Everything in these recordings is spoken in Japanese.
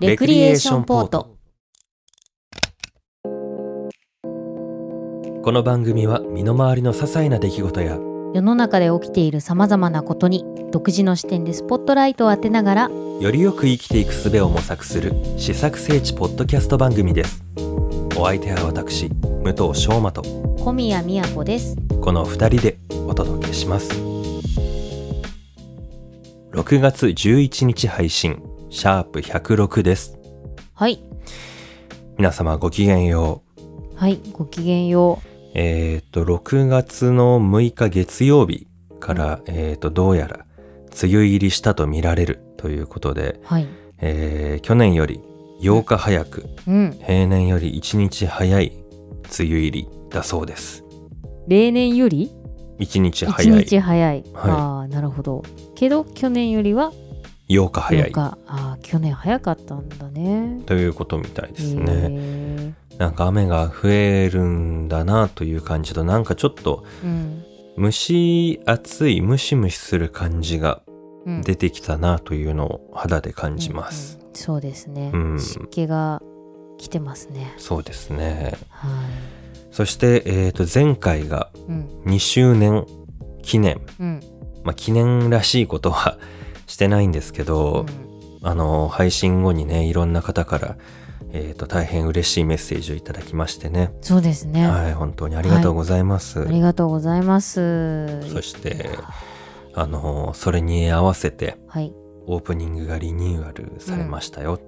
レクリエーションポート。この番組は身の回りの些細な出来事や世の中で起きているさまざまなことに独自の視点でスポットライトを当てながらよりよく生きていく術を模索する試作聖地ポッドキャスト番組ですお相手は私武藤翔馬と小宮宮子です。この2人でお届けします6月11日配信シャープ106ですはい皆様ごきげんよはいごきげんようえっ、と6月の6日月曜日から、えっ、とどうやら梅雨入りしたと見られるということう。ではい。えー去年より8日早くうん。平年より1日早い梅雨入りだそうです例年より1日一早い日早い。はいああなるほど。けど去年よりは8日早8い日。ああ去年早かったんだね。ということみたいですねへなんか雨が増えるんだなという感じとなんかちょっとーうん。蒸し暑いムシムシする感じがうん出てきたなというのを肌で感じますうんうんそうですね、うん湿気が来てますねそうですねはそして、えー、と前回がいうん2周年記念うんまあ、記念らしいことは してないんですけうど、んあの配信後にねいろんな方から、えー、と大変嬉しいメッセージをいただきましてね、そうですね、はい、本当にありがとうございます、ありがとうございますそしてあのそれに合わせてはいオープニングがリニューアルされましたよ、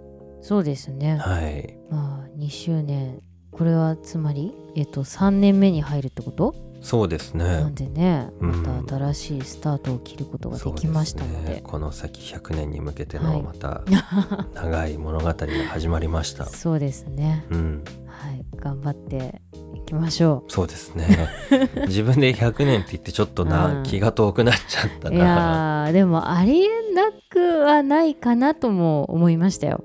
そうですね、はいまあ2周年これはつまりえっと3年目に入るってこと、そうですなんねでねうんまた新しいスタートを切ることができましたのそうで,、すねこの先100年に向けてはのいま た長い物語が始まりました、そうですねうんはい頑張っていきましょそうです ね自分で100年って言ってちょっとな、うん気が遠くなっちゃったういなやーでもありえなくはないかなとも思いましたよ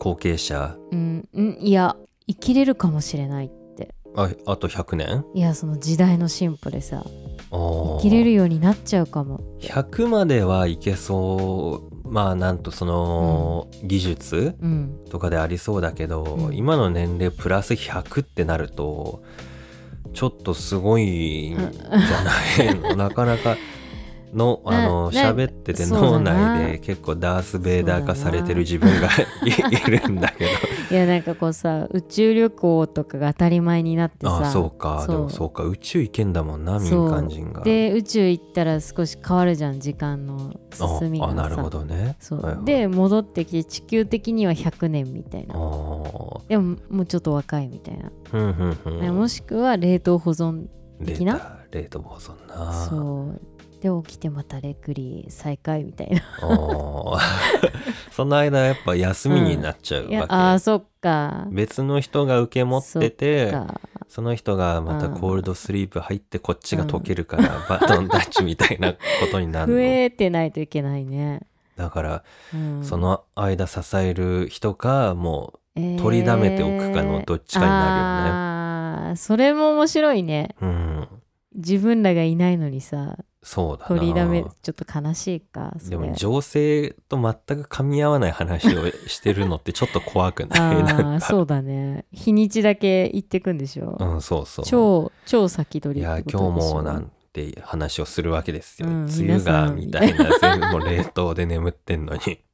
後継者うん、んいや生きれるかもしれないってああと100年いやその時代の進歩でさ生生きれるようになっちゃうかも100まではいけそうまあなんとその、技術うんとかでありそうだけど、うん今の年齢プラス100ってなるとちょっとすごいんじゃない のなかなかのあなのな喋っててそうだ脳な内で結構ダース・ベイダー化されてる自そう分が いいるんだけどいやなんかこうさ宇宙旅行とかが当たり前になって さああそうかでもそうか宇宙行けんだもんな民そう間人がで宇宙行ったら少し変わるじゃん時間のあ進みがあさなるほどねそう、はいはいで戻ってきて地球的には100年みたいあなーでももうちょっと若いみたいな、ふんふんふんもしくは冷凍保存出的なた冷凍保存なそうで起きてまたレクリ再開みたい なあー その間やっぱ休みになっちゃういやわけ、あーそっか別の人が受け持っててそかの人がまたうんコールドスリープ入ってこっちが溶けるから、バトンタッチみたいなことにな る増のえてないといけないね、だから、うんその間支える人かもう取りだめておくかのどっちかになるなよね、あーそれも面白いねるよね、うん自分らがいないのにさそうだな取りだめちょっと悲しいかそれでも情勢と全く噛み合わない話をしてるのってちょっと怖くないなあん あかそうだね日にちだけ行ってくんでしょ、うん、そうそう。超超先取いりっや、てこと今でし日ょもなんて話をするわけですよ。うん梅雨がみ皆たさんいな、全部もう冷凍で眠ってんのに。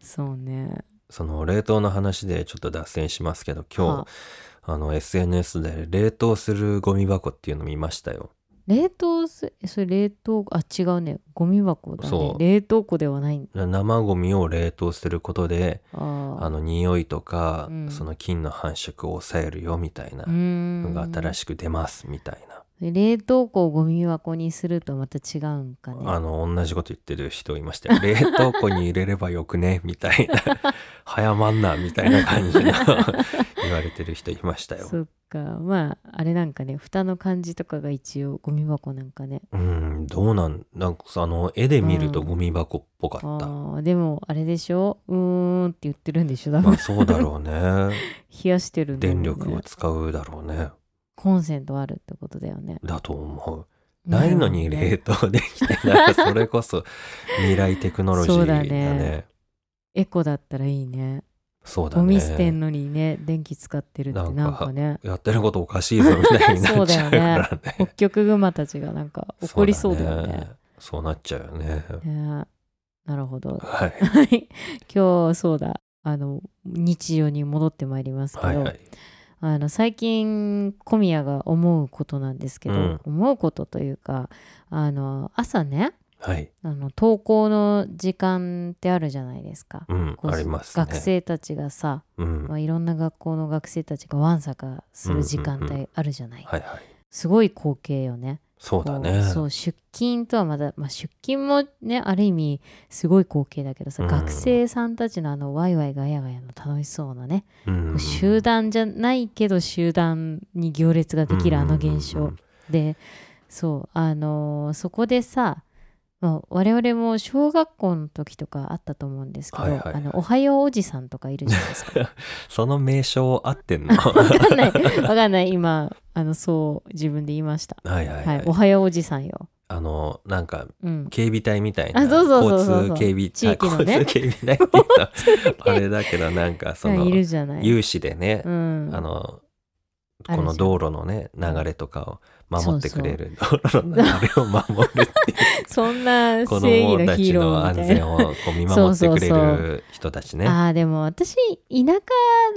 そうねその冷凍の話でちょっと脱線しますけど、今は日、あの SNS で冷凍するゴミ箱っていうの見ましたよ。冷凍すそれ冷凍あ違うねゴミ箱だねそう冷凍庫ではないんだな生ゴミを冷凍することで、あーあの匂いとか、うんその菌の繁殖を抑えるよみたいなうーのんが新しく出ますみたいな。冷凍庫をゴミ箱にするとまた違うんかねあの同じこと言ってる人いま したよ冷凍庫に入れればよくねみたいな 早まんなみたいな感 じの言われてる人いましたよそっかまああれなんかね蓋の感じとかが一応ゴミ箱なんかねうんどうなんなんかさあの絵で見るとゴミ箱っぽかった、あーでもあれでしょうーんって言ってるんでしょ多ま分あそうだろうね 冷やしてるんだろう 電ね力を使うだろうねコンセントあるってことだよねだと思うないのに 冷凍できてたらそれこそ未来テクノロジーだそねうだねエコだったらいいねそうだねゴミ捨てんのにね電気使ってるってなんかなんかねやってることおかしいぞみたいになっちゃう からね北極グマたちがなんか怒りそうだよねそうなっちゃうよねねなるほ どはいはい今日そうだあの日常に戻ってまいりますけど、はいはいあの最近小宮が思うことなんですけど、うん思うことというかあの朝ねはいあの登校の時間ってあるじゃないですか。うんこうありますね学生たちがさ、うんまはあ、いいろんな学校の学生たちがわんさかする時間うんうん帯あるじゃない、はいすごい光景よね。そうだこねうそう出勤とはまだ、まあ、出勤もねある意味すごい光景だけどさ、うん学生さんたちのあのワイワイガヤガヤの楽しそうなね、うんこう集団じゃないけど集団に行列ができるあの現象、うんでそうあのーそこでさ、まあ、我々も小学校の時とかあったと思うんですけど、はいはいはいあのおはようおじさんとかいるじゃないですか その名称合ってんのはわかんないわかんない今あのそう自分で言いました、いはいははいい、おはようおじさんよ、あのなんかうん、警備隊みたいなあそうそうそうそうそう交通警備地域のねあ交通警備隊って 言ったあれだけどなんかそのいるじゃない、有志でね、うん、あのあるじゃんこの道路のね流れとかを守ってくれる道路の流れを守るっていうそんな子正義供のたヒちーロのーみ安たいな全をこう見守ってくれそうそうる人たちね。ああでも私田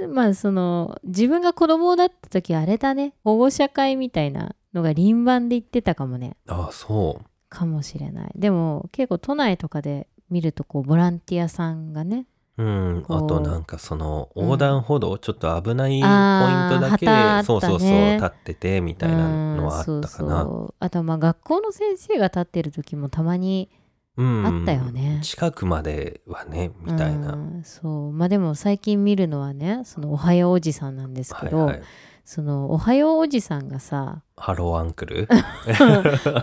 舎まあその自分が子供だった時あれだね保護者会みたいなのが輪番で行ってたかもねああそう。かもしれないでも結構都内とかで見るとこうボランティアさんがねうん、こうあとなんかその横断歩道、ちょっと危ないポインあートだけ旗あったねそうそうそう立っててみたいなのはあうっんたかな。そうそうあとはまあ学校の先生が立ってる時もたまにうん、あったよね近くまではねみたいうな。んそうまあでも最近見るのはねそのおはようおじさんなんですはけいど、はい。そのおはようおじさんがさハローアンクル。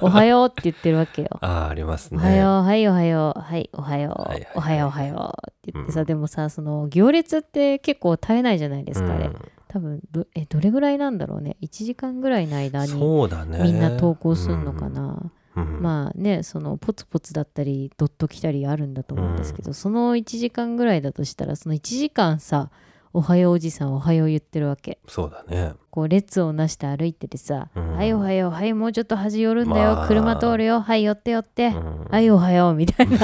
おはようって言ってるわけよああありますおね。はよう、はい、おはよう、はい、おはよう、はいはいはいおはよう、おはようって言ってさ、うんでもさ、その行列って結構絶えないじゃないですか、あうれん。多分ど、え、どれぐらいなんだろうね。1時間ぐらいの間にそうだね。みんな投稿するのかな。うん。うんまあね、そのポツポツだったり、ドッと来たりあるんだと思うんですけど、その1時間ぐらいだとしたら、その1時間さ、おはようおじさん、おはよう言ってるわけ。そうだね。こう列をなして歩いててさ、うんはい、おはよう、はい、もうちょっと端寄るんだよ、まあ車通るよ、はい、寄って寄って。うんはいおはようみたいな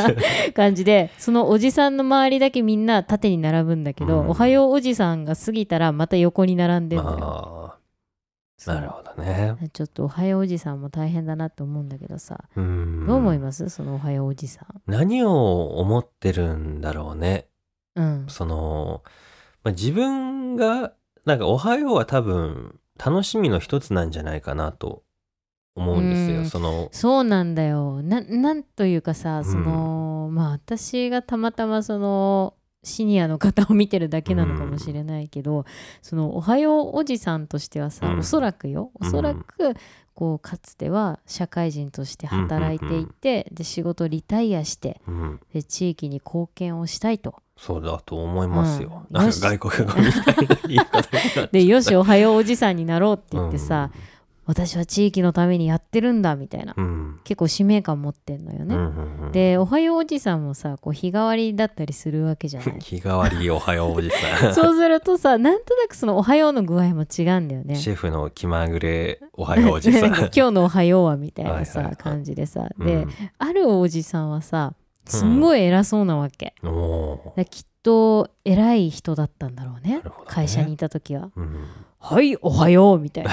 感じでそのおじさんの周りだけみんな縦に並ぶんだけど、うんおはようおじさんが過ぎたらまた横に並んでんだよ、 まあ、そうなるほどね。ちょっとおはようおじさんも大変だなって思うんだけどさ、うん。どう思いますそのおはようおじさ何を思ってるんだろうね。んうんその、まあ、自分が、なんか、おはようは多分、楽しみの一つなんじゃないかなと思うんですよ。うんその、そうなんだよななんというかさんその、まあ私がたまたまそのシニアの方を見てるだけなのかもしれないけど、そのおはようおじさんとしてはさ、うんおそらくよおそらくこうかつては社会人として働いていて、で仕事リタイアしてうん、で地域に貢献をしたいとそうだと思いますよ。うんなんよかし外国語みたいな言い方になっちゃった でよしおはようおじさんになろうって言ってさ、、私は地域のためにやってるんだみたいな、うんうん結構使命感持ってんのよね。うんうんうんで「おはようおじさん」もさこう日替わりだったりするわけじゃない日替わりおはようお じさん。そうするとさなんとなくその「おはよう」の具合も違うんだよね シェフの気まぐれおはようおじさん。なんか今日の「おはようは」みたいなさはいはいはい感じでさ うで、んあるおじさんはさすんごい偉そうなわけ、おーだきっと偉い人だったんだろうねなるほどね会社にいた時はうん「はいおはよう」みた いな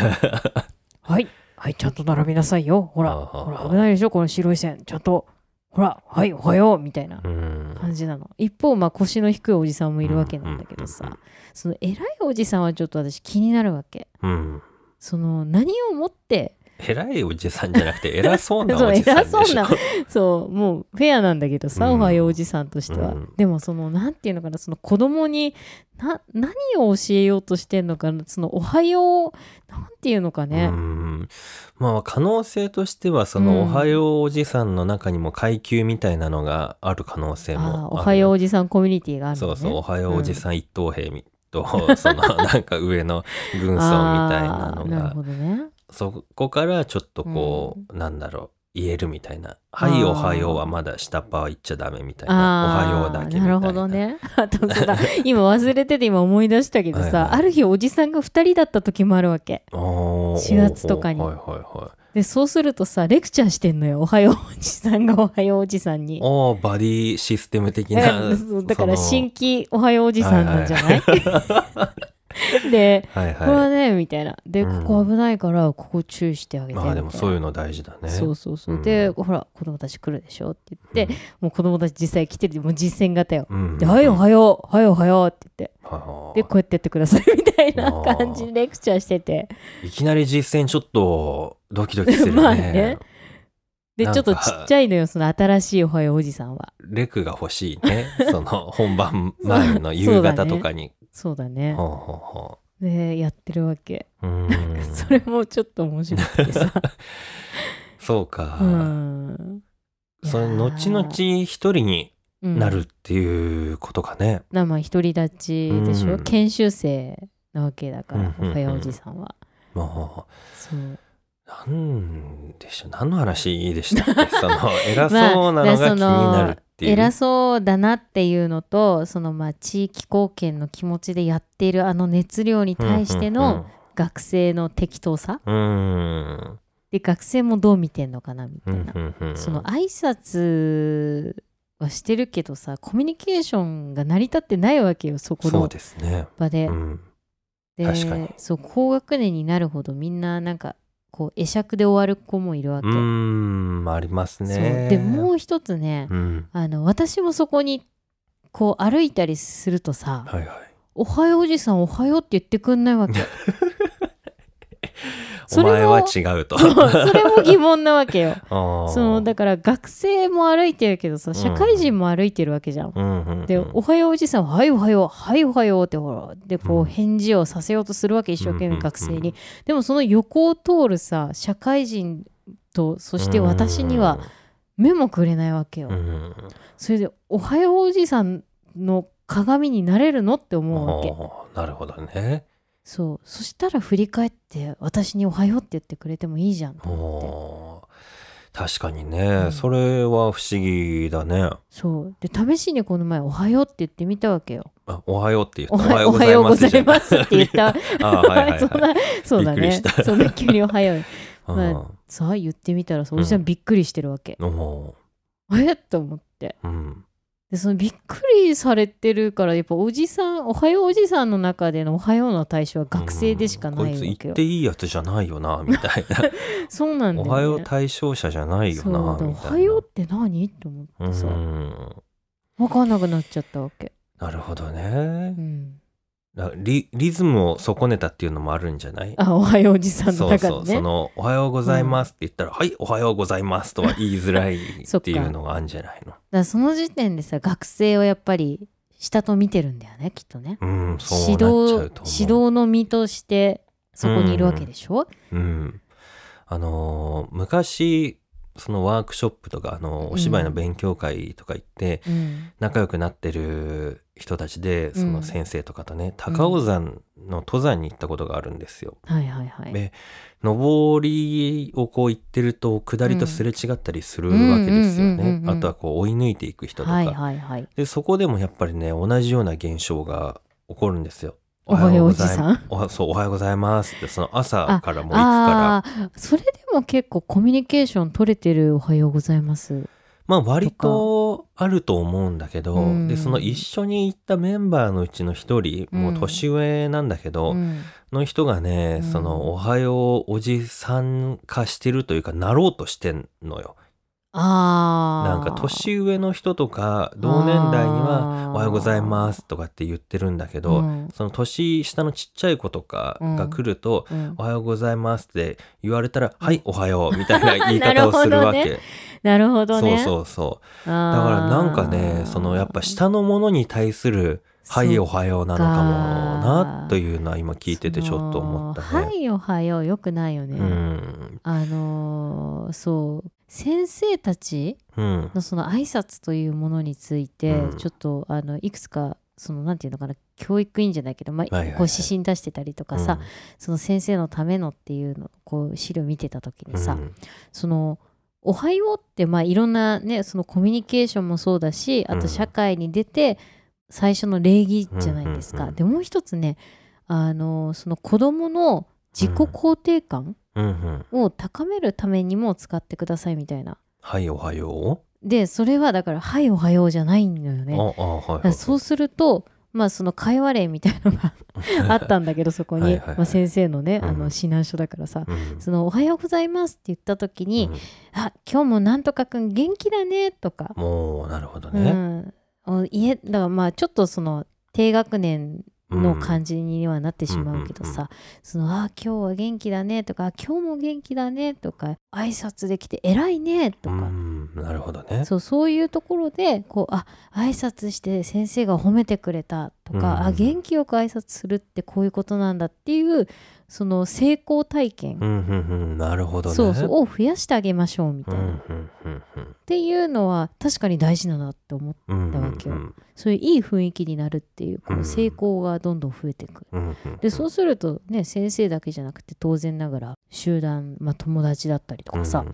「はいはいちゃんと並びなさいよほらああほら危ないでしょこの白い線ちゃんとほらはいおはよう」みたいなうん感じなの一方まあ腰の低いおじさんもいるわけなんだけどうんうさんその偉いおじさんはちょっと私気になるわけうんその何をもって偉いおじさんじゃ なくて偉そうなそうおじさん偉でしょそうなそうもうフェアなんだけどさ、うんおはようおじさんとしては、うんでもその何て言うのかなその子供にな何を教えようとしてんのかなそのおはよう何て言うのかねう、んまあ可能性としてはそうの「おんはようおじさん」の中にも階級みたいなのがある可能性もあああるおはようおじさんコミュニティがあるのそねうそう「おはようおじさん一等兵」 とそのなんか上の軍曹みたいなあのーなるがほどねそこからちょっとこう、なんだろ言えるみたいな「あはーいおはよう」はまだ下っ端は言っちゃダメみたいなあ「おはよう」だけみたいななるほどねあとそう だ今忘れてて今思い出したけどさはいはいある日おじさんが2人だった時もあるわけ4 4月とかにはいはいはいでそうするとさレクチャーしてんのよおはようおじさんがおはようおじさんにおーバディシステム的なえそうだからその新規おはようおじさんなんじゃない、ではいこれははねみたいなでうここん危ないからここ注意してあげいてまあでもみたそういうの大事だねそうそうそう、でうんほら子供たち来るでしょってうん言って、もう子供たち実際来ててもう実践型よ、うんではいおはようはいおはようって言ってはでこうやってやってくださいみたいなあー感じでレクチャーしてていきなり実践ちょっとドキドキする まあねねでなんちょかっとちっちゃいのよその新しいおはようおじさんはレクが欲しい ねその本番前の夕方とかにそうだねほうほうほでやってるわけ、ううー んそれもちょっと面白くて さそうか、うんそれ後々一人にうんなるっていうことかね、なまあ独り立ちでしょ、うん研修生なわけだから、うんうんうんおはようおじさんはもそううなんでしょう何の話でした っけその偉そうなのが気になるっていう、偉そうだなっていうのとそのまあ地域貢献の気持ちでやっているあの熱量に対しての学生の適当さうんうんうんで学生もどう見てんのかなみたういんな、うんうんうんその挨拶はしてるけどさコミュニケーションが成り立ってないわけよそこそうのですね、場で。うん、で確かにそう高学年になるほどみんななんかこう会釈で終わる子もいるわうけ。ーんありますそねうでもう一つね、うん、あの私もそこにこう歩いたりするとさ「はいはいおはようおじさんおはよう」って言ってくんないわ けおそれ前もは違うとそれも疑 問なわけよ。そそのだから学生も歩いてるけどさ社会人も歩いてるわけじゃん。うんうんうん、で「おはようおじさんはいおはようはいおはよう」ってほらでこううん返事をさせようとするわけ一生懸うんうん命うん学生に、でもその横を通るさ社会人とそして私には目もくれないわけよ、うんうんそれで「おはようおじさん」の鏡になれるのってうん、思うわけあーなるほどねそうそしたら振り返って私に「おはよう」って言ってくれてもいいじゃんと思っておー確かにね、んそれは不思議だねそうで試しにこの前「おはよう」って言ってみたわけよあおはようって言おったはおはようございますって言ったあー はいはい、はい、そんなそうだびっねくりしそんな急に「おはよう」うんさあ言ってみたらさうんおじさんびっくりしてるわけ、おえっと思ってーうんでそのびっくりされてるからやっぱおじさんおはようおじさんの中でのおはようの対象は学生でしかないわうんこいつけ言よっ、ていいやつじゃないよなみたいなそう なんだよ、ね、おはよう対象者じゃないよそうなだみおたいなはようって何って思ってさ、うん分かんなくなっちゃったわけなるほどねうんなリリズムを損ねたっていうのもあるんじゃないあおはようおじさんのそう中そうでそねの「おはようございます」って言ったら「はいおはようございます」とは言いづらい そっかっていうのがあるんじゃないのだからその時点でさ学生はやっぱり下と見てるんだよねきっとねうんそうな指っちゃ導うと思う指導の身としてそこにいるわけでしょ、うん、あのー昔そのワークショップとか、あのーお芝居の勉強会とか行ってうん仲良くなってる人たちでそうんの先生とかとね、高尾山の登山に行ったことがあるんですよ。はいはいはいで上りをこう行ってると下りとすれ違ったりするわけですようんうんうんうんねう。んあとはこう追い抜いていく人とか、はいはいはいでそこでもやっぱりね同じような現象が起こるんですよ。おはようおじおはさんおはそうおはようございますってその朝からもう行くからああーそれでも結構コミュニケーション取れてる「おはようございますまあ割とあると思うんだけど、うんでその一緒に行ったメンバーのうちの一人、もう年上なんだけ」ど、うんの人がね、うんそのおはようおじさん化してるというかなろうとしてんのよ。ああなんか年上の人とか同年代にはあ「ーおはようございます」とかって言ってるんだけど、うんその年下のちっちゃい子とかが来ると「うんおはようございます」って言われたら「はいおはよう」みたいな言い方をするわ なけ。るなるほどねうそうそうそう。だかだからなんかねそのやっぱ下のものに対する「はいおはよう」なのかもなというのは今聞いててちょっと思ったね。はいおはよう」よくないよね、うんあのーそう先生たちうんのその挨拶というものについて、うんちょっとあのいくつかそのなんていうのかな教育委員じゃないけど、まあはいはいはいこう指針出してたりとかさ、その先生のためのっていうのこう資料見てた時にさ、うんそのおはようってまあいろんなねそのコミュニケーションもそうだしあうんと社会に出て最初の礼儀じゃないですうんか、うんうんでもう一つねあのその子供の自己肯定感うんうん。を高めるためにも使ってくださいみたいなはい、おはよでそれはだから「はいおはよう」じゃないのよう。ねああ、はいだかはらい。そうするとまあその会話例みたいなの があったんだけどそこにはいはいはいまあ、先生のね、あうんの指南書だからさ、うん。その「おはようございます」って言った時にうん「あ今日もなんとかくん元気だね」とか、もう、なるほどうね。ん、お家だからまあちょっとその低学年の感じにはなってしまうけどさ、その「あ今日は元気だね」とかあ「今日も元気だね」とか「挨拶できて偉いね」とうか、ん。なるほどね。そうそういうところでこうあ挨拶して先生が褒めてくれたとか、うんあ元気よく挨拶するってこういうことなんだっていうその成功体験、うんうんうん。なるほどね。そうそうを増やしてあげましょうみうたいんな、っうんうんうんていうのは確かに大事だなって思ってうんうんうんだわけよそういういい雰囲気になるっていうこうんう成功がどんどん増えていく。うんうんうんでそうするとね先生だけじゃなくて当然ながら集団、まあ、友達だったりとかさ、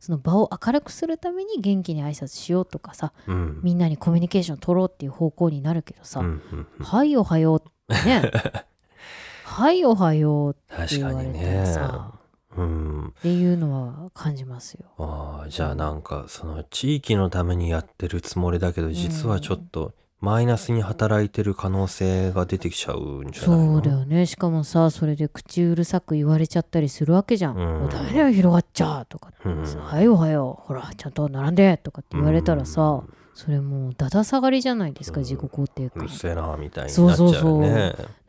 その場を明るくするために元気に挨拶しようとかさうんうんみんなにコミュニケーション取ろうっていう方向になるけどさ「うんうんうんはいおはよう」って ね「はいおはよう」って確言かわれにたらねさ、うんっていうのは感じますよ。あーじゃあなんかその地域のためにやってるつもりだけど実はちょっとマイナスに働いてる可能性が出てきちゃうんじゃないのそうだよねしかもさそれで口うるさく言われちゃったりするわけじゃん「うんもうダメだよ広がっちゃ」とかう「んはいおはようほらちゃんと並んで」とかって言われたらさ、それもうだだ下がりじゃないですか、うん自己肯定うんう感る。せえなみたいになっちゃそうねうそうそう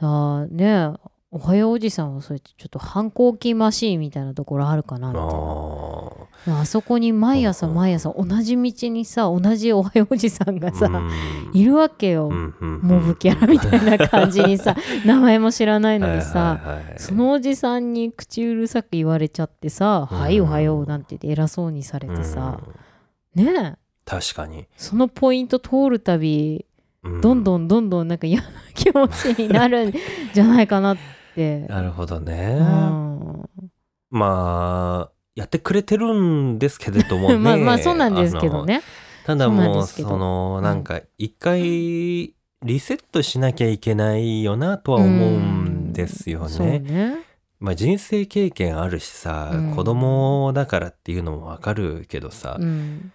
あーねえおはようおじさんはそうやってちょっと反抗期マシーンみたいなところあるかなみたいな。あそこに毎朝うん毎朝同じ道にさ同じおはようおじさんがさ、あいるわけよ、モブキャラみたいな感じに さ名前も知らないなのにさ、そのおじさんに口うるさく言われちゃってさ「うんはいおはよう」なんて言って偉そうにされてさ、ねえ確かにそのポイント通るたびどんんどんどんどんなんか嫌な気持ちになるんじゃないかな って。なるほどうねんまあやってくれてるんですけれども ねまあまあそうなんですけどね。ただそなんもうそうですけどのうんなんか一回リセットしなきゃいけないよなとは思うんですよそうね。ね。まあ人生経験あるしさ、うん子供だからっていうのもわかるけどさ、うん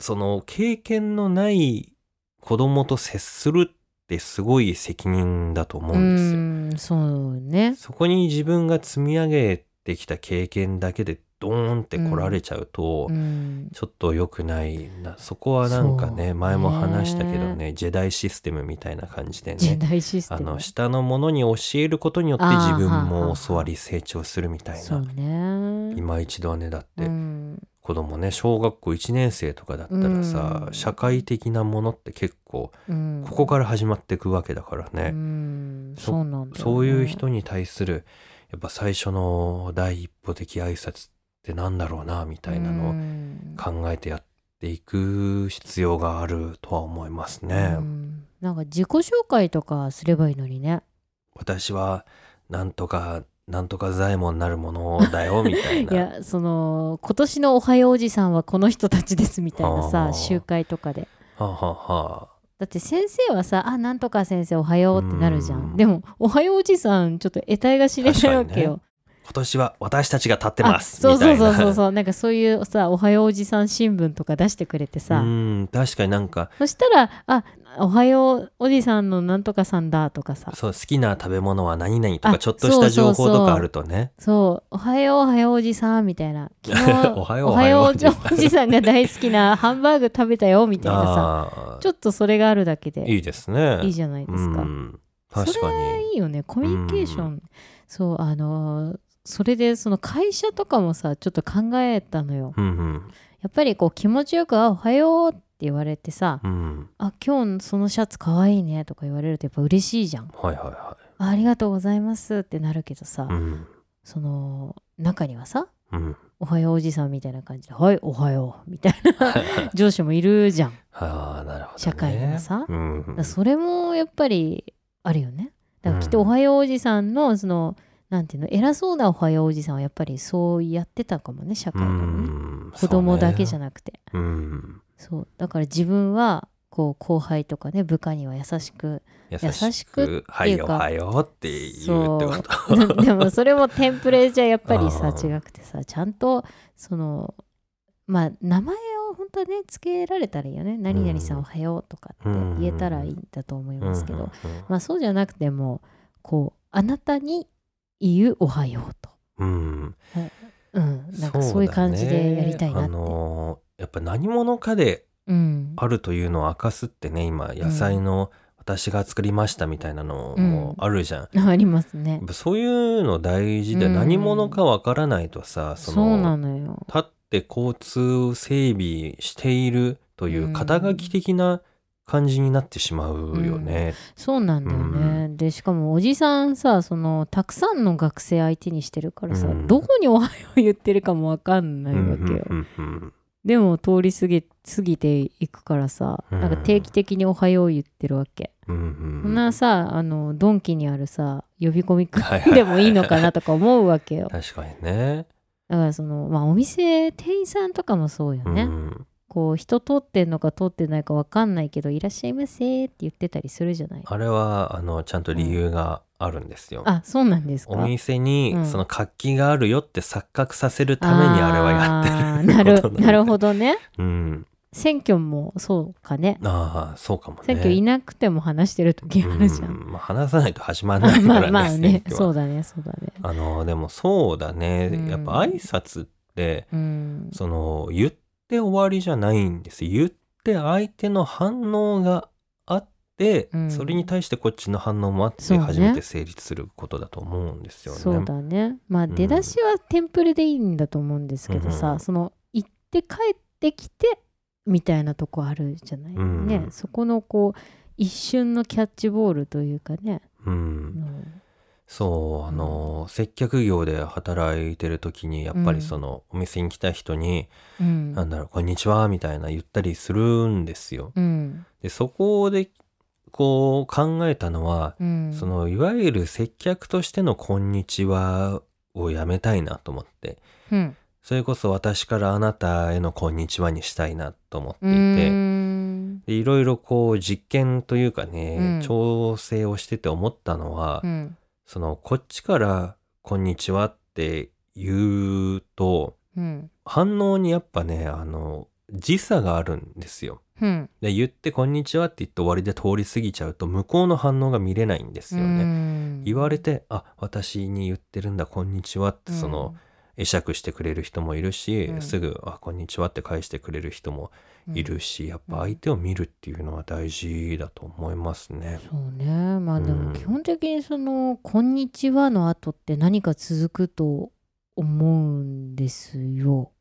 その経験のない子供と接するってすごい責任だと思うんですよ。うんそうね。そこに自分が積み上げてきた経験だけでドーンって来られちゃうと、うんちょっと良くないなそこはなんかねそう前も話したけどねジェダイシステムみたいな感じで時ね代シスあテムの。下の者に教えることによってあー自分はあもはあ教わり成長するみたいそうなね。今一度はねだっうてん子供ね小学校1年生とかだったらさうん社会的なものって結構うんここから始まっていくわけだからうねんそそうなんだよねそういう人に対するやっぱ最初の第一歩的挨拶ってなんだろうなみたいなのをうん考えてやっていく必要があるとは思いますね。うんなんか自己紹介とかすればいいのにね。私はなんとかなんとか財務になるものだよみた いいな。やその今年の「おはようおじさんはこの人たちです」みたいなあーさ集会とかではあはあはだって先生はさ「あなんとか先生おはよう」ってなるじゃうんんでも「おはようおじさん」ちょっと得体が知れないわけよ、あ今年は私たちが立ってあますそうみたそういそな。うそうそうなんかそういうさ「おはようおじさん新聞」とか出してくれてさ、うん確かになんかそしたら「あおはようおじさんのなんとかさんだ」とかさそう好きな食べ物は何々とかあちょっとした情報そうそうそとうかあるとねそう、おはようおはようおじさんみたいな。昨日おはよう おはようおじおはようおじさんおじさんが大好きなハンバーグ食べたよみたいなさ。あちょっとそれがあるだけあでいいですね。いいじゃないですか。うん確かそれに。いいよね、コミュニケーショうン。そう、あのーそれでその会社とかもさちょっと考えたのようんやっぱりこう気持ちよく「あおはよう」って言われてさうんうん「あ今日そのシャツかわいいね」とか言われるとやっぱ嬉しいじゃんはいはいはあ「ありがとうございます」ってなるけどさ、い。うんその中にはさうんおはようおじさんみたいな感じで「はいおはよう」みたい な上司もいるじゃん。だかああなるほど、ね、社会のさうんらそれもやっぱりあるよね。だからきっと「うおんはようおじさんの」そのなんていうの偉そうなおはようおじさんはやっぱりそうやってたかもね社会うでもねん子供だけじゃななくてくうんそうだから自分はこう後輩とかね部下には優しく優優ししくっていうく「かはいおはよう」って言うってことでもそれもテンプレじゃやっぱりさうん違くてさちゃんとそのまあ名前を本当はねつけられたらいいよね「何々さんおはよう」とかって言えたらいいんだと思いますけど、まあそうじゃなくてもこうあなたに言う「おはよう」と。うんうんうん、うんなんかそういう感じでやりたいなって。そうだねあのーやっぱ何者かでうん、あるというのを明かすってね今野菜の私が作りましたみたいなのもあるじゃん、ありますやねっ。ぱそういうの大事で、うん何者かわからないとさそそうなののよ。立って交通整備しているといううん肩書き的な感じになってしまうよね。そうなんだよね。でしかもおじさんさそのたくさんの学生相手にしてるからさ、うんどこに「おはよう」言ってるかもわかんなういんうんわけよ。うんうんでも通り過ぎ過ぎていくからさ、うんなんか定期的に「おはよう」言ってるわけ。うんそうんんなさあのドンキにあるさ呼び込みくはいはいはいでもいいのかなとか思うわけよ。確かにね。だからそのまあお店店員さんとかもそうようね。んこう人通ってんのか通ってないかわかんないけど「いらっしゃいませ」って言ってたりするじゃないあれはあのちゃんと理由があるんですよ。あそうなんですかお店にうんその活気があるよって錯覚させるためにあれはやってる。あーなる ことなんでなるほどねうん、選挙もそうかねああそうかもね。選挙いなくても話してる時あるじゃん、うんまあ、話さないと始まらなあいかまらあね。 まあね選挙はそうだねそうだねあのでもそうだね、うんやっぱ挨拶ってうんその言って終わりじゃないんです言って相手の反応があって、うんそれに対してこっちの反応もあってそうね初めて成立することだと思うんですよね。そうだねまあん出だしはテンプレでいいんだと思うんですけどさ、うんその行って帰ってきてみたいなとこあるじゃない、うんねそこのこう一瞬のキャッチボールというかね、う、うんんそうあの、接客業で働いてる時にやっぱりその、お店に来た人にうん「なんだろうこんにちは」みたいな言ったりするんですよ。うんでそこでこう考えたのはうん、そのいわゆる接客としての「こんにちは」をやめたいなと思ってうん、それこそ私からあなたへの「こんにちは」にしたいなと思ってういてーんでいろいろこう実験というかね、うん調整をしてて思ったのは、うんそのこっちから「こんにちは」って言うとうん反応にやっぱねあの時差があるんですよ。うんで言って「こんにちは」って言って終わりで通り過ぎちゃうと向こうの反応が見れないんですよね。ね言われて「あ私に言ってるんだこんにちは」ってその、会釈してくれる人もいるし、うんすぐ「あこんにちは」って返してくれる人もいるし、やっぱ相手を見るっていうのは大事だと思いますね。そうねまあでうんも基本的にその「こんにちは」の後って何か続くと思うんですよ。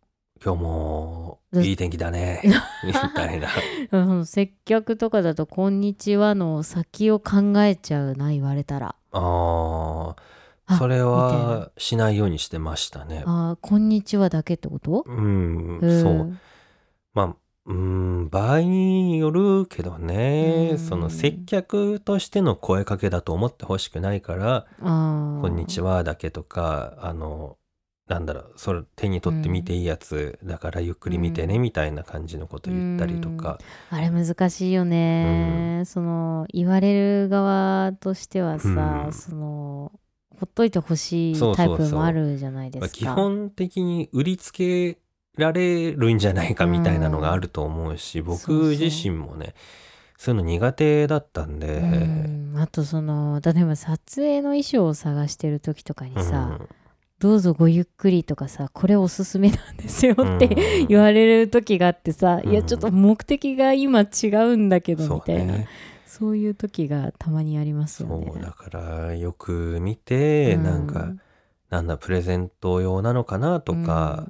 今日もうんいい天気だ ねみたいな。あの接客とかだと「こんにちは」の先を考えちゃうな言われたらあああそれみたいはしないようにしてましたね「。あーこんにちは」だけってことうん、んそうまあうーん場合によるけどね、うんその接客としての声かけだと思ってほしくないからあ「こんにちはは」だけとかあのなんだろうそれ手に取って見ていいやつだからゆっくり見てね、うんみたいな感じのこと言ったりとか、あれ難しいよね、その言われる側としてはさ、うんそのほっといてほしそういそタうイそうプもあるじゃないでまあす基か。本的に売りつけられるんじゃないかみたいなのがあると思うし、僕そうそう自身もねそういうの苦手だったんで、うんあとその例えば撮影の衣装を探してる時とかにさ「うんどうぞごゆっくり」とかさ「これおすすめなんですよ」うんって、言われる時があってさ「いうんやちょっと目的が今違うんだけど」みそうたいなそう,、ねいう時がたまにありますよねそう。だからよく見て、うんなんかなんだプレゼント用なのかなとか、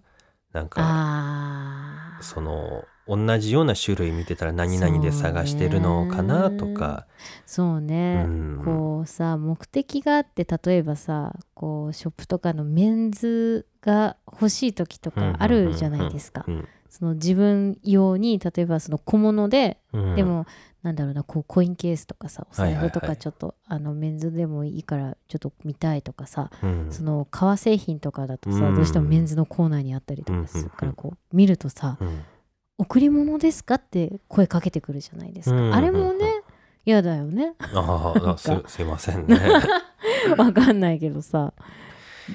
なんかあーその同じような種類見てたら何々で探してるのかなとかそうね、うんこうさ目的があって例えばさこうショップとかのメンズが欲しい時とかあるじゃないですかうんその自分用に例えばその小物で、うんでもなんだろうなこうコインケースとかさお財布とはいはいはかいちょっと、あのメンズでもいいからちょっと見たいとかさ、うんその革製品とかだとさ、うんどうしてもメンズのコーナーにあったりとかするかうんうんうらんこう見るとさうん「贈り物ですか?」って声かけてくるじゃないですか、うんうんうんあれもね嫌だよねあーあ、す、すいませ んね。わかんないけどさ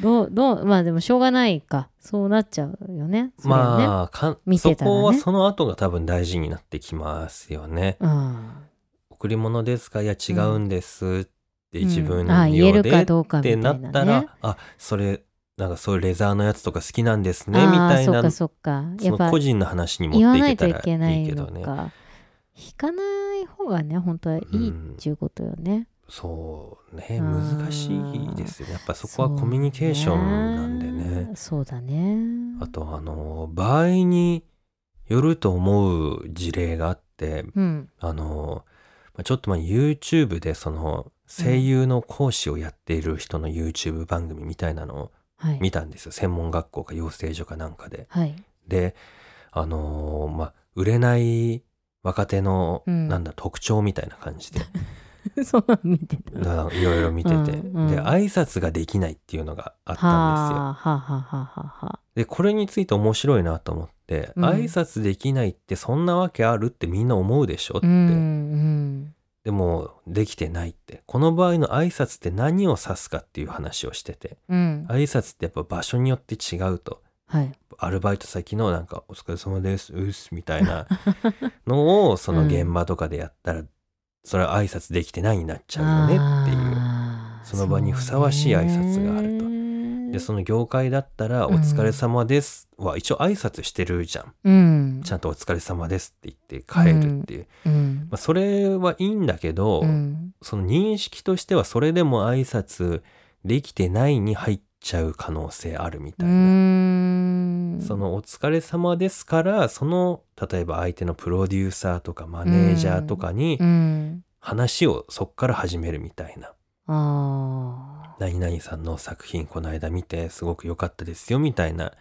どうどうまあでもしょうがないかそうなっちゃうよねそれはね、まあ、かん見そてたらねこはその後が多分大事になってきますよね。うん贈り物ですかいや違うんですってうん自分あ言え用るでかっどうかみたていなな、ね、ったら、あ、それ、なんかそういうレザーのやつとか好きなんですね、あーみたいそっな、かそそっかやっのぱ個人の話に持言っわていなけいとたいけらないいいいけどのね。か引かない方がね本当はいいっていうことよね、そうね、あー難しいですよね。やっぱそこはコミュニケーションなんでね。そうだねあとあの場合によると思う事例があってうんあのまあちょっと前に YouTube でその声優の講師をやっている人の YouTube 番組みたいなのをはい見たんですよ専門学校か養成所かなんかで。はい であのまあ売れない若手の、うんなんだ特徴みたいな感じで そうなの見てた。なないろいろ見てて、うんうんで挨拶ができないっていうのがあはったんですよ。あはあはあはあはあ。でこれについて面白いなと思って、うん挨拶できないってそんなわけあるってみんな思うでしょって、うんうん。でもできてないってこの場合の挨拶って何を指すかっていう話をしててうん。挨拶ってやっぱ場所によって違うとはい。アルバイト先のなんか「お疲れ様ですうっす」みた いなのをその現場とかでやったらそれは挨拶できてないになっちゃうよねっていう。あーその場にふさわしい挨拶があるとそうねでその業界だったら「おうん疲れ様です」は一応挨拶してるじゃん。うん。ちゃんとお疲れ様ですって言って帰るっていう、うんまあ、それはいいんだけど、うんその認識としてはそれでも挨拶できてないに入っちゃう可能性あるみうたいな、ん。そのお疲れ様ですからその例えば相手のプロデューサーとかマネージャーとかにうん。話をそっから始めるみたいなああ。 「何々さんの作品この間見てすごく良かったですよ」みたいな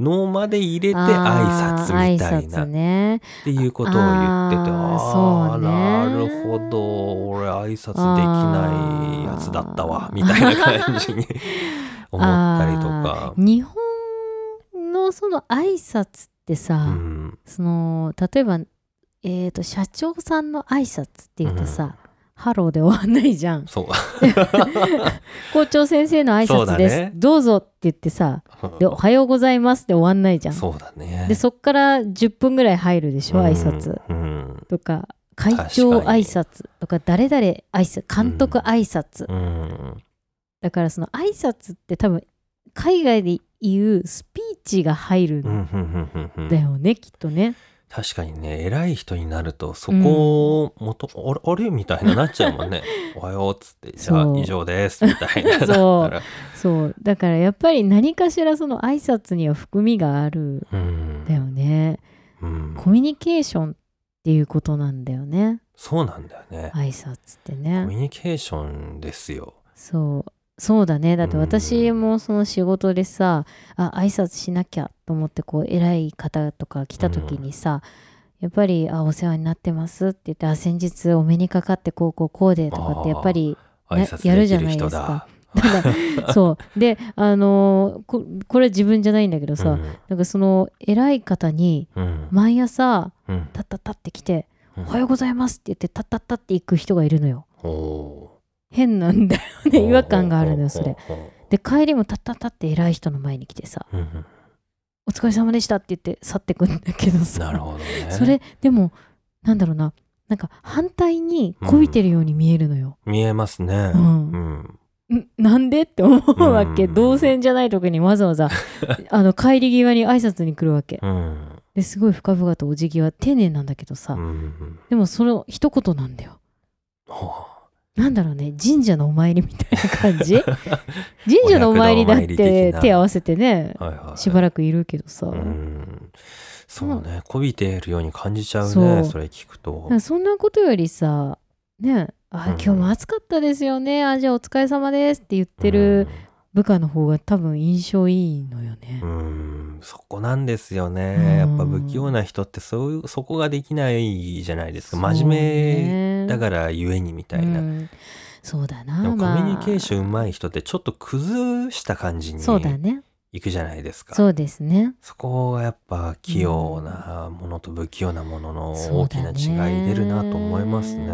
のまで入れて挨拶みたいあー挨な拶。ね。っていうことを言っててあーああ、そうねなるほど俺挨拶できないやつだったわみたいな感 じに思ったりとか、日本のその挨拶ってさ、うん、その例えば、えー、と社長さんの挨拶っていうとさ、うんハローで終わんないじゃ んそう校長先生の挨そうだ拶ねです、どうぞって言ってさ「でおはようございます」で終わんないじゃんそうだねでそっから10分ぐらい入るでしょ挨拶、うんうんとか会長確か挨に拶とか誰々挨拶監督挨拶、うんだからその挨拶って多分海外で言うスピーチが入るうんんうんうんうんうだんよね、きっとね確かにね偉い人になるとそこを元、あれあれみたいになっちゃうも んね「おはよう」っつって「じゃあそう以上です」みたいなそうだかそうだからやっぱり何かしらその挨拶には含みがあるんらうんだよね、うん、コミュニケーションっていうことなんだよねそうなんだよね、挨拶ってコねミュニケーションですよそうそうだねだってうん私もその仕事でさあ挨拶しなきゃと思ってこう偉い方とか来た時にさ、やっぱりあ「お世話になってます」って言ってあ「先日お目にかかってこうこうこうで」とかってやっぱり挨ね拶やでるきじゃるない人ですかだ。た だそうであのーここれは自分じゃないんだけどさ、なんかその偉い方にうんうん毎朝うんタッタッタって来て「うんおはようございます」って言ってタッタッタって行く人がいるのよお変なんだよーね 違和感があるのよそれ。ほうほうほで帰りもタッタッタって偉い人の前に来てさううんうん「お疲れ様でした」って言って去ってくんだけどさなるほどね。それでもなんだろうななんか反対にこいてるように見えるのよ、見えますね。ううんん。んなんでって思うわけうん動線じゃない時にわざわ ざあの帰り際に挨拶に来るわけうん。ですごい深々とお辞儀は丁寧なんだけどさ、うん。でもその一言なんだよほなんだろうね神社のお参りみたいな感 じ神社のお参りだっお百度お参りて的な手合わせてねうはいはい。しばららくいるけどさ、うん。そうね。こびているように感じちゃうね。そうそれ聞くとだか。らそんなことよりさねあうん今日も暑かったですよね、あじゃあお疲れ様ですって言ってる部下の方が多分印象いいのよねう。んそこなんですよねやっぱ不器用な人ってそういうそこができないじゃないですか真面目らだみからゆえにみたいな、そうだでな、もコミまあ、ュニケーションうまい人ってちょっと崩した感じにそうだね。いくじゃないですかそうですね。そこがやっぱ器用なものと不器用なもののそ大うきだなね違い出るなと思いますね。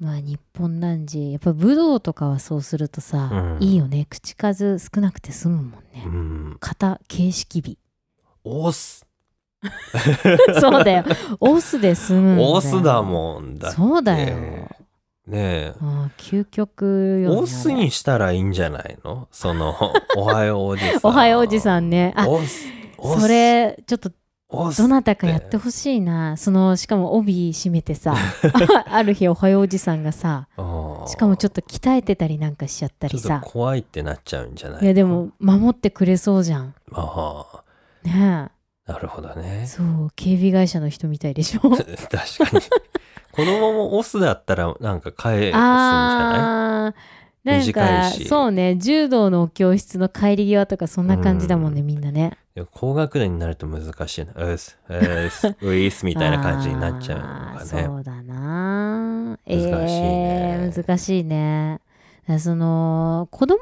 まあ日本男児やっぱ武道とかはそうするとさ、うんいいよね口数少なくて済むもんね、うん、型形式美 オス、そうだよオスで済むんだよオスだもんだって。そうだよ、ねえ、ああ究極よねオスにしたらいいんじゃないの？そのおはようおじさん。おはようおじさんねあオス、オス、それちょっとオスどなたかやってほしいなそのしかも帯締めて さある日おはようおじさんがさしかもちょっっと鍛えてたりなんかしちゃったりちょっさと怖いってなっちゃうんじゃない？いやで。も守ってくれそうじゃんあねあ、なるほどえね。そう警備会社の人みたいでしょ 確かに。子供もオスだったらなんか帰るんじゃあーなんか短いしそうね柔道の教室の帰り際とかそんな感じだもんねみんなねない高学年になると難しいな。うっす、うっす、ういっすみたいな感じになっちゃうあーのそうだな難しいえねー難しいねだからその子供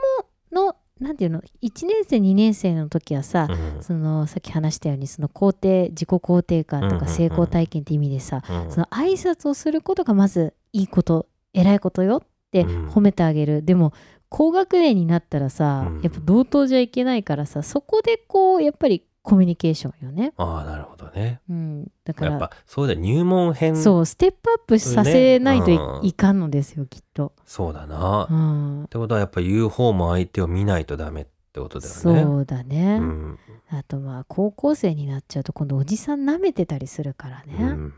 のなんていうの1年生2年生の時はさ、かね。うんそのさっき話したようにその肯定自己肯定感うとんうんうかん成功体験って意味でさ、うんその挨拶をすることがまずいいこと偉いことよってうん褒めてあげる、でも高学年になったらさ、うんやっぱ同等じゃいけないからさそこでこうやっぱりコミュニケーションよね、ああ、なるほどね。うん、だかやっらぱそうだ入門編そうそうステップアップさせないとい,、ねうんいかんのですよきっと、だな、うっん、てことはやっぱ言う方も相手を見ないとダメってことだよね。そうだね、うんあとまあ高校生になっちゃうと今度おじさん舐めてたりするからうね、ん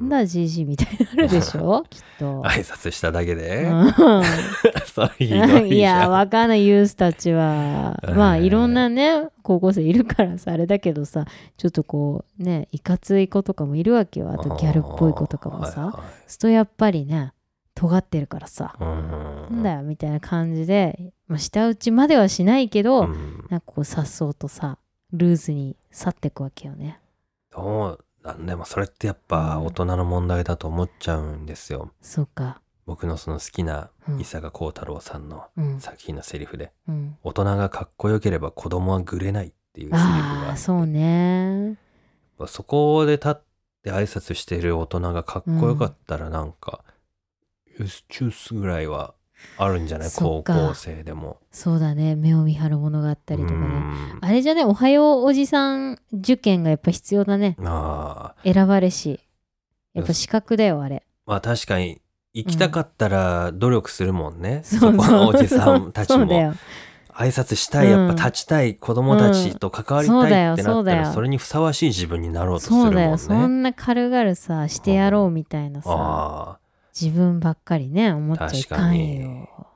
なんだじじいみたいになるでしょ きっと。挨拶しただけで、う そういうんのいいいじゃやん。わかんないユースたちはうんまあいろんなね高校生いるからさあれだけどさちょっとこうねいかつい子とかもいるわけよあとギャルっぽい子とかもあーさはいするとやっぱりね尖ってるからさはいなんだよみたいな感じで、まあ、舌打ちまではしないけど、うんなんかこうさっそうとさルーズに去ってくわけよねそうなんでもそれってやっぱ大人の問題だと思っちゃうんですよ。そうか僕のその好きなうん伊坂幸太郎さんのうん作品のセリフでうん「大人がかっこよければ子供はぐれない」っていうセリフあがあそうねそこで立って挨拶している大人がかっこよかったらなんか「よしチュース」ぐらいはあるんじゃないそ高っか校生でも。そうだね目を見張るものがあったりとかうねんあれじゃねおはようおじさん受験がやっぱ必要だねあー選ばれしやっぱ資格だよあれまあ確かに行きたかったら努力するもんね、そうそこのおじさんたちそうもだ。よ挨拶したい、うんやっぱ立ちたい子供たちと関わりうんそうだたいよってなそっうただらよそれにふさわしい自分になろうとするそもうんだよね。そんな軽々さしてやろうみたいなさああ自分ばっかりね思っちゃいかん確よ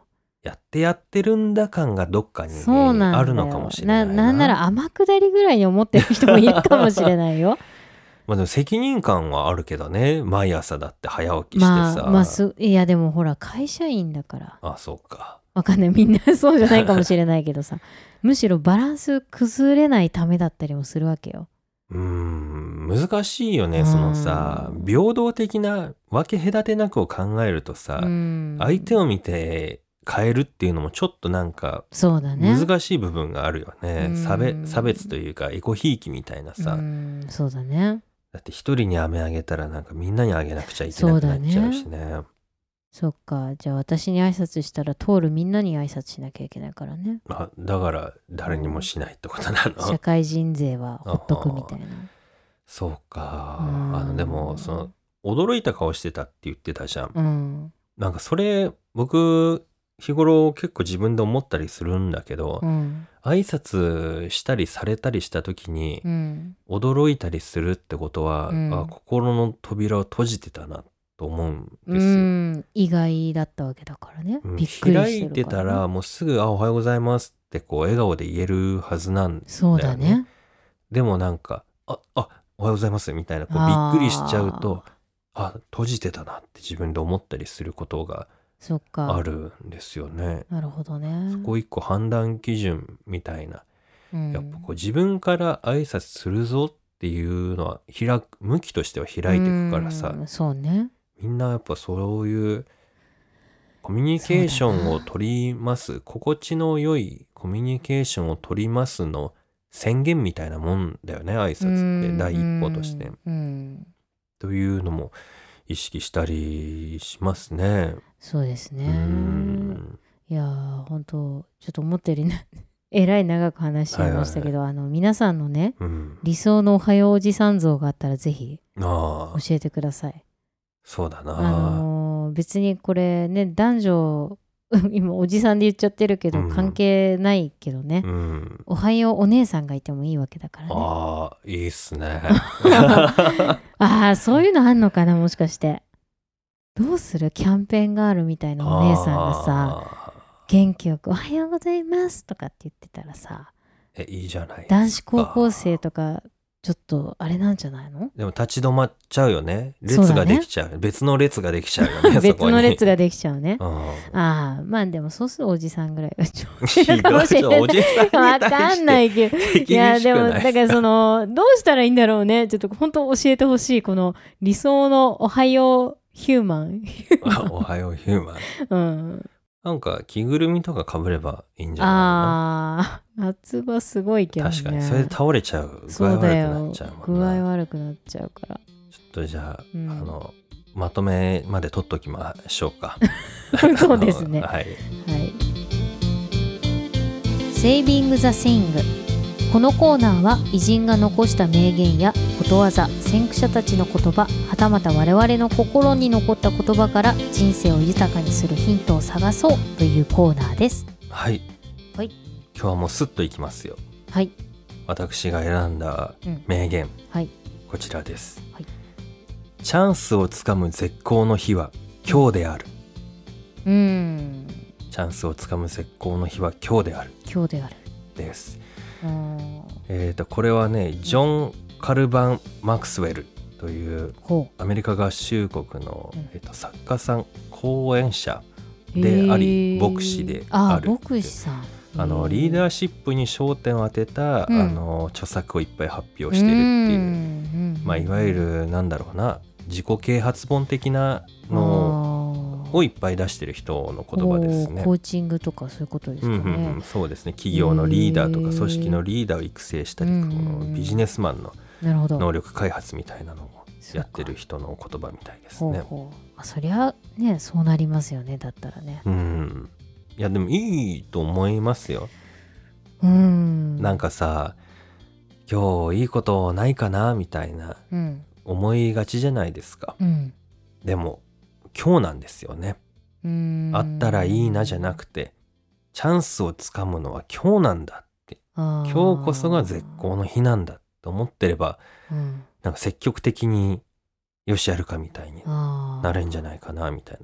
やってやってるんだ感がどっかにそうなんだよあるのかもしれないな。なんなら天下りぐらいに思ってる人もいるかもしれない よまあでも責任感はあるけどね毎朝だって早起きしてまさ。あまあすいやでもほら会社員だからあそうか。わかんないみんなそうじゃないかもしれないけ どさむしろバランス崩れないためだったりもするわけよ。うーん難しいよねうんそのさ平等的な分け隔てなくを考えるとさ、うん、相手を見て変えるっていうのもちょっとなんかそうだね難しい部分があるよねうん差別差別というかエコひいきみたいなさ、うんそうだねだって一人に飴あげたらなんかみんなにあげなくちゃいけなくなっちゃうしねそっかじゃあ私に挨拶したら通るみんなに挨拶しなきゃいけないからねあだから誰にもしないってことなの、社会人税はほっとくみたいな そうか、うんあのでもその驚いた顔してたって言ってたじゃん、うんなんかそれ僕日頃結構自分で思ったりするんだけど、うん挨拶したりされたりした時に、うん驚いたりするってことは、うんあ心の扉を閉じてたなと思うんうですよ。ん意外だったわけだからね、うんびっくり開しいててるかたらね、らもうすぐ「あおはようございます」ってこう笑顔で言えるはずなんそうだだよねでもなんか「ああおはようございます」みたいなこうびあーっくりしちゃうと「あ閉じてたな」って自分で思ったりすることがそっかあるんですよね。なるほどねそこ一個判断基準みたいなうんやっぱこう自分から挨拶するぞっていうのは開く向きとしては開いていくからさうんそうねみんなやっぱそういうコミュニケーションを取ります心地の良いコミュニケーションを取りますの宣言みたいなもんだよね挨拶って第一歩としてうん。うんというのも意識したりしますね。そうですうねんいやー本当ちょっと思ったよりな えらい長く話しちゃいましたけど、あの皆さんのねうん、理想のおはようおじさん像があったらぜひああ教えてください。そうだな。あのー別にこれね男女 今おじさんで言っちゃってるけど、うん関係ないけどね、うん、おはようお姉さんがいてもいいわけだからね。あああいいっすね。 あーそういうのあんのかなもしかして。どうするキャンペーンガールみたいなお姉さん がささ元気よく「おはようございます」とかって言ってたらさえいいじゃないですか男子高校生とかちょっとあれなんじゃないのでも立ち止まっちゃうよね列そうがだねできちゃう別の列ができちゃうよ ね別の列がができちゃうね。うんああまあでもそうするとおじさんぐらいがちょうひどどいいかもしれないいおじさんに対してわかんないけど。いいやでもだから らそのどうしたらいいんだろうねちょっと本当教えてほしいこの理想のおはようヒュー マンおはようヒューマンうんなんか着ぐるみとかかぶればいいんじゃなあー夏場すごいいけどのね確かにそれで倒れちゃう具そ合う悪くだなっよちゃうもん具合な悪くなっちゃうからちょっとじゃあ,、うんあのまとめまで取っときましょうか そうですね あのはいはいセービング・ザ・セイングこのコーナーは偉人が残した名言やことわざ先駆者たちの言葉はたまた我々の心に残った言葉から人生を豊かにするヒントを探そうというコーナーですはい、はい今日はもうスッといきますよはい私が選んだうん名言、はいこちらです、はいチャンスをつかむ絶好の日は今日であるうーんチャンスをつかむ絶好の日は今日である今日であるですうーんえーとこれはねジョン・カルバン・マクスウェルというほアメリカ合衆国の、うんえーと作家さん講演者うでありへー牧師であある牧師さんあのリーダーシップに焦点を当てた、あの著作をいっぱい発表してるっていうまあ、いわゆるなんだろうな自己啓発本的なののをいっぱい出してる人の言葉ですねコ。ーチングとかそういうことですうかんね。うんうん、そうですね企業のリーダーとへかー組織のリーダーを育成したり、うんこのビジネスマンのなるほど。能力開発みたいなのをそうかやってる人の言葉みたいですほうね。ほうまあ、そりゃねそうなりますよねだったらね。うん、いやでもいいと思いますよ。うん。なんかさ今日いいことないかなみたいなうん思いがちじゃないですか。うんでも今日なんですよね。うん。あったらいいなじゃなくてチャンスをつかむのは今日なんだってあー今日こそが絶好の日なんだと思ってればうんなんか積極的によしやるかみたいにあーなるんじゃないかなみたい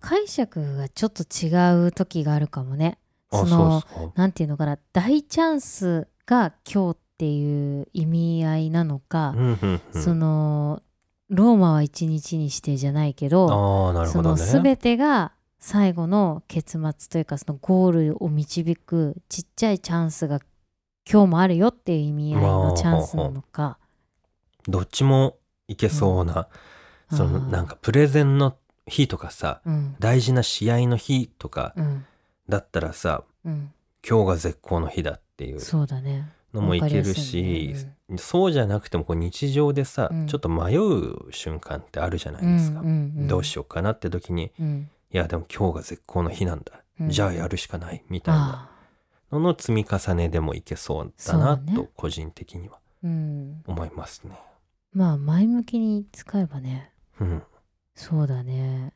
解釈がちょっと違う時があるかもね。な。そあのそうっすかなんていうのかな大チャンスが今日っていう意味合いなのか、うんうんうんそのローマは一日にしてじゃないけど。ああなるそほどのね。全てが最後の結末というかそのゴールを導くちっちゃいチャンスが今日もあるよっていう意味合いのチャンスなのかどっちもいけそうな、うんそのあーなんかプレゼンの日とかさうん大事な試合の日とかうんだったらさうん今日が絶好の日だっていうそうだねのもいけるわかりしやすいねそうじゃなくてもこう日常でさ、うんちょっと迷う瞬間ってあるじゃないですか、うんうんうんどうしようかなって時にうんいやでも今日が絶好の日なんだ、うんじゃあやるしかないみたいなああのの積み重ねでもいけそうだなそうだとね個人的にはうん思いますね。まあ前向きに使えばねうん、そうだね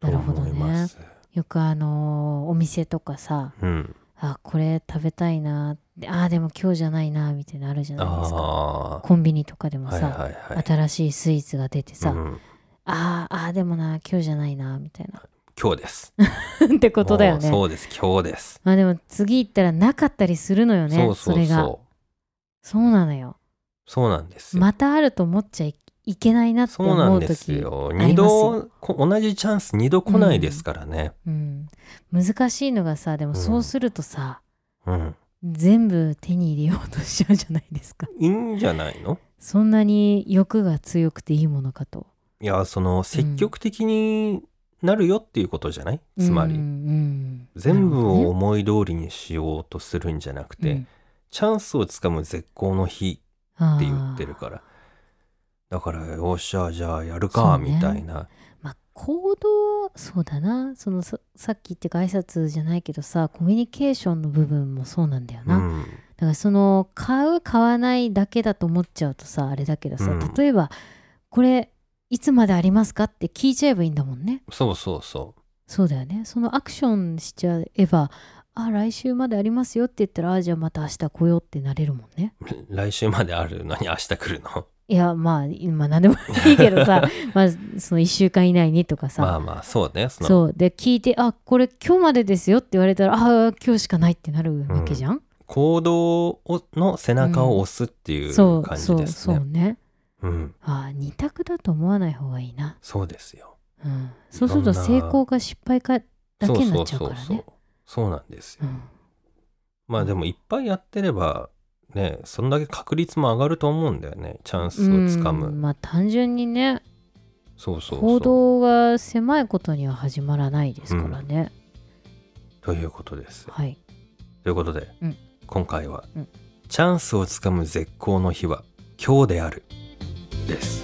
となるほど思いまねす。よくあのーお店とかさうん、あこれ食べたいなあーでも今日じゃないなみたいなのあるじゃないですかあコンビニとかであもはいさ、はいはい。新しいスイーツが出てさ、うんあーあーでもな今日じゃないなみたい な今日です。ってことだよもうねそうです今日です。まあでも次行ったらなかったりするのよねそうそうれがそうそうなのよそうなんですよ。またあると思っちゃいいいけないなってそうな思んうです時よ。ありま二すよ度こ同じチャンス二度来ないですからね。うん、難しいのがさでもそうするとさ、うん、全部手に入れようとしちゃうじゃないですかいいんじゃないの？そんなに欲が強くていいものかといやその積極的になるよっていうことじゃない？つまり、うんうん全な部をるほどね思い通りにしようとするんじゃなくて、うんチャンスをつかむ絶好の日あーって言ってるから。だからよっしゃじゃあやるそか、うねみたいな。まあ、行動そうだなそのささっき言って挨拶じゃないけどさコミュニケーションの部分もそうなんだような、だん、からその買う買わないだけだと思っちゃうとさあれだけどさ、うん例えばこれいつまでありますかって聞いちゃえばいいんだもんねそうそうそそうだよねそのアクションしちゃえばあ来週までありますよって言ったらあじゃあまた明日来ようってなれるもんねう。来週まであるのに明日来 るの。いやまあ今何でもいいけど さまあその1週間以内にとかさ、まあまあそうね。そのそうで聞いて「あこれ今日までですよ」って言われたら「あー今日しかない」ってなるわけじゃん、行動をの背中を押すっていうそう感じそうですそうね。ねうん、あー二択だと思わない方がいいな、そうですよ。うん、そうするといろんな成功か失敗かだけそうにそなうっちゃうそかうらそうね。そうなんですうよ。んまあでもいっぱいやってればね、そんだけ確率も上がると思うんだよね。チャンスをつかむ。うんまあ単純にねそうそう行そう。動が狭いことには始まらないですからね、ということです。はいということで、うん今回は、うんチャンスをつかむ絶好の日は今日である」です。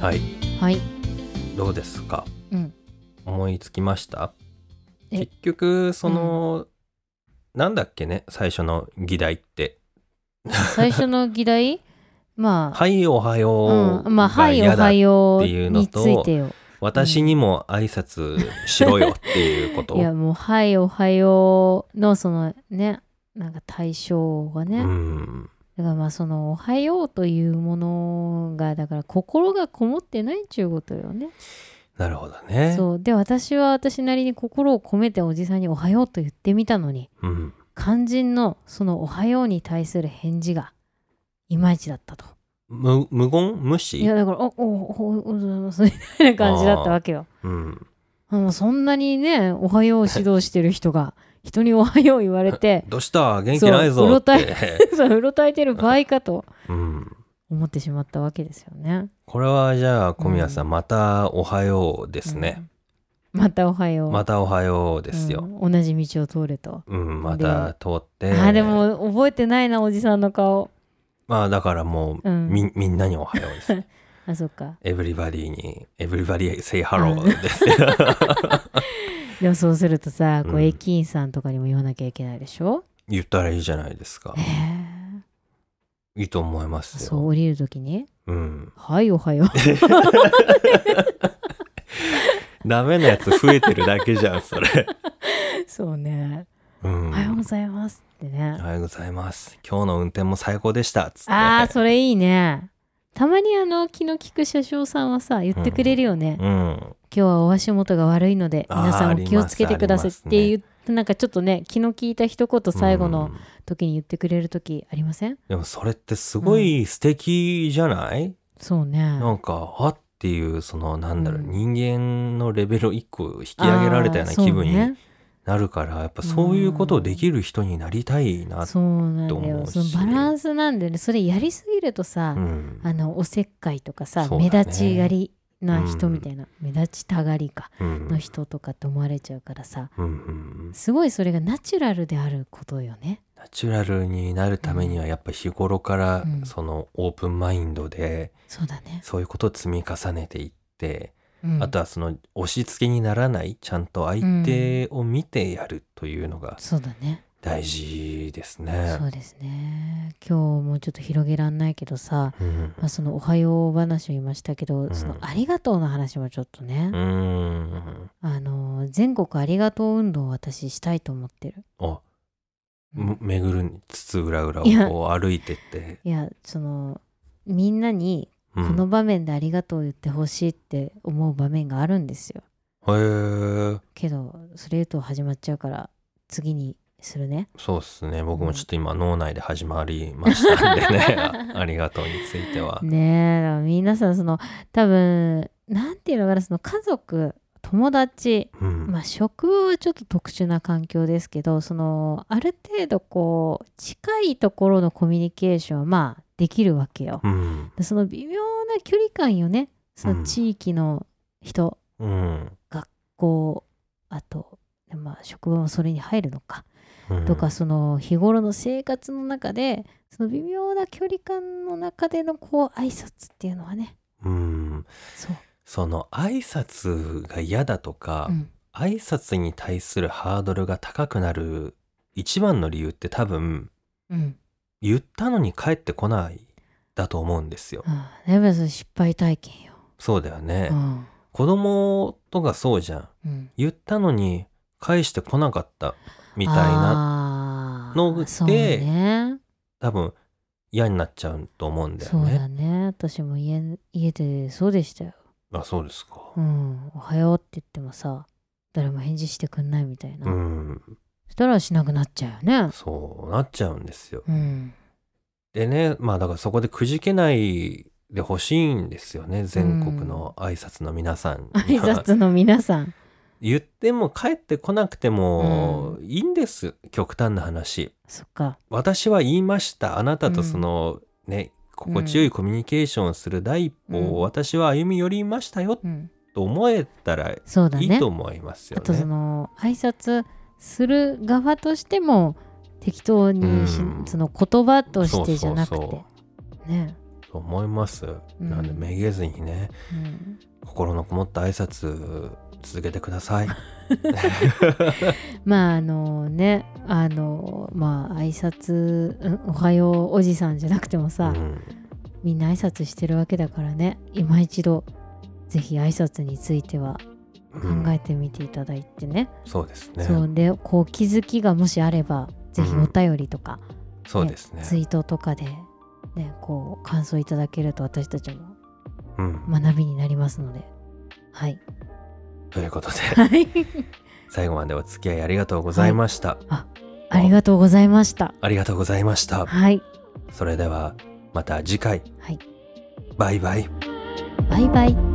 はいはいどうですかうん思いつきましたえ結局その、なんだっけね最初の議題って最初の議題「まあ、はいお はよう」うん、まあ「はがい嫌おだはよう」っていうのにつといてよ私にも挨拶しろよっていうこと、いやもう「はいおはよう」のそのねなんか対象がね、うんだからまあその「おはよう」というものがだから心がこもってないっちゅうことよね。なるほどねそうで私は私なりに心を込めておじさんに「おはよう」と言ってみたのにうん、肝心のその「おはよう」に対する返事がいまいちだったと。無無言無い視やだから「おおおおおはようございます」みたいな感じだったわけよ。うん、もうそんなにね「おはよう」指導してる人が人に「おはよう」言われてどうした元気ないぞっそうて、 そううろたえてる場合かとうん、思ってしまったわけですよね。これはじゃあ小宮さん、またおはようですね、うん。またおはよう。またおはようですうよ、ん同じ道を通れと。うんまた通ってあーでも覚えてないなおじさんの顔。まあだからもう、うんみみんなにおはようで すねあそっか。エブリバディにエブリバディ say hello ですよでもそうするとさこううん駅員さんとかにも言わなきゃいけないでしょ。言ったらいいじゃないですかへえいいと思いますそうよ降りるときにうん「はいおはよう」 ダメなやつ増えてるだけじゃんそ れそうね「うんおはようございます」ってねお。はようございます今日の運転も最高でしたつってああそれいいね。たまにあの気の利く車掌さんはさ言ってくれるよね。うん今日はお足元が悪いのであー皆さんお気をつけてくださいあっりますねて言って、なんかちょっとね気の利いた一言最後うのん時に言ってくれる時ありません、でもそれってすごい素敵じゃない、そうねなんかあっていうそのなんだろう、うん人間のレベルを一個引き上げられたような気分にあーなるから、やっぱそういうことをできる人になりたいなそうねとそうなんだ思ようしそのバランスなんだよねそれやりすぎるとさ、うんあのおせっかいとかさ、そうだね目立ちがりな人みたいな、目立ちたがりかうんの人とかって思われちゃうからさうんうんすごいそれがナチュラルであることよね。ナチュラルになるためにはやっぱ日頃からうんそのオープンマインドでそうだね、そういうことを積み重ねていって、うんあとはその押し付けにならないちゃんと相手を見てやるというのがそうだね大事ですね。そうですね今日もうちょっと広げらんないけどさ、うんまあ、その「おはよう」話を言いましたけど、んその「ありがとう」の話もちょっとね、うんあの全国ありがとう運動を私したいと思ってる。あうんむ巡るにつつ裏裏をいやこう歩いてって、いやそのみんなにうんこの場面でありがとう言ってほしいって思う場面があるんですよ。へえけどそれ言うと始まっちゃうから次にするね。そうですね僕もちょっと今脳内で始まりましたんで ねあありがとうについては、ねえだから皆さんその多分なんていうのかなその家族友達うんまあ職場はちょっと特殊な環境ですけどそのある程度こう近いところのコミュニケーションはまあできるわけよ。うんでその微妙な距離感よねそうのん地域の人、うん学校あと、まあ、職場もそれに入るのか、うんとかその日頃の生活の中でその微妙な距離感の中でのこう挨拶っていうのはねうんそう、その挨拶が嫌だとか、うん挨拶に対するハードルが高くなる一番の理由って多分うん、言ったのに帰ってこないだと思うんですよ。ああやっぱりそれ失敗体験よ、そうだよね。うん子供とかそうじゃん。うん、言ったのに返してこなかったみたいななのでそうね多分嫌になっちゃうと思うんだよそうね。だね私も家家でそうでしたよあそうですかう。ん、おはようって言ってもさ誰も返事してくんないみたいな、うん、そしたらしなくなっちゃうよねそうなっちゃうんですよ。 うんでねまあだからそこでくじけないでほしいんですよね全国の挨拶の皆さん挨には。拶の皆さん言っても帰ってこなくてもいいんです、極端な話そっか私は言いましたあなたとその、ね心地よいコミュニケーションをする第一歩をうん私は歩み寄りましたようんと思えたらいそうだねいと思いますよあね。とその挨拶する側としても適当にし、うんその言葉とそしうそてうじゃなくてね、そうと思います。うんなんでめげずにねうん、心のこもった挨拶続けてください。まああのねあのまあ挨拶、うん、おはようおじさんじゃなくてもうさ、ん、みんな挨拶してるわけだからね今一度ぜひ挨拶については考えてみていただいてね、そうですね。そそううでこう気づきがもしあればぜひお便りとか、ですね。ツイートとかで、ね、こう感想いただけると私たちもうん、学びになりますので はいということで はい最後までお付き合いありがとうございました。ありがとうございましたありがとうございました。はいそれではまた次回。はいバイバイ。バイバイ